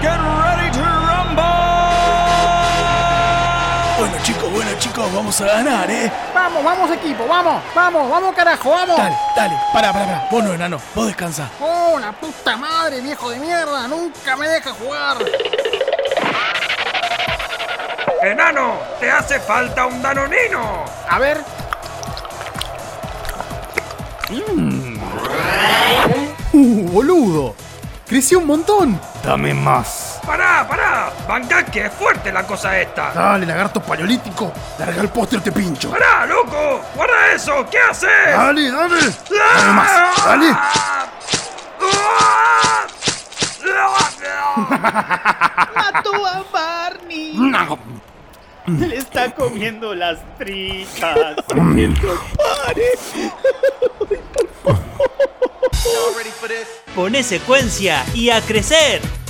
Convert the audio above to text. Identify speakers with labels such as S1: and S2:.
S1: get ready to rumble.
S2: Bueno, chicos, bueno, chicos, vamos a ganar, ¿eh?
S3: Vamos, vamos equipo, vamos, vamos, vamos carajo, vamos.
S2: Dale, dale, para, para, para. Vos no, enano, vos descansa.
S3: ¡Oh, la puta madre, viejo de mierda! ¡Nunca me deja jugar!
S1: Enano, te hace falta un danonino.
S3: A ver,
S2: ¡Uh, boludo! ¡Creció un montón!
S4: Dame más.
S1: Pará, pará. Banca que es fuerte la cosa esta.
S2: Dale, lagarto paleolítico. Larga el póster, te pincho.
S1: Pará, loco. Guarda eso. ¿Qué haces?
S2: Dale, dale.
S1: ¡Ah!
S2: Dame más. Dale.
S1: ¡Ah! ¡Ah!
S5: Mató a Barney. Le está comiendo las tripas.
S6: Poné secuencia y a crecer.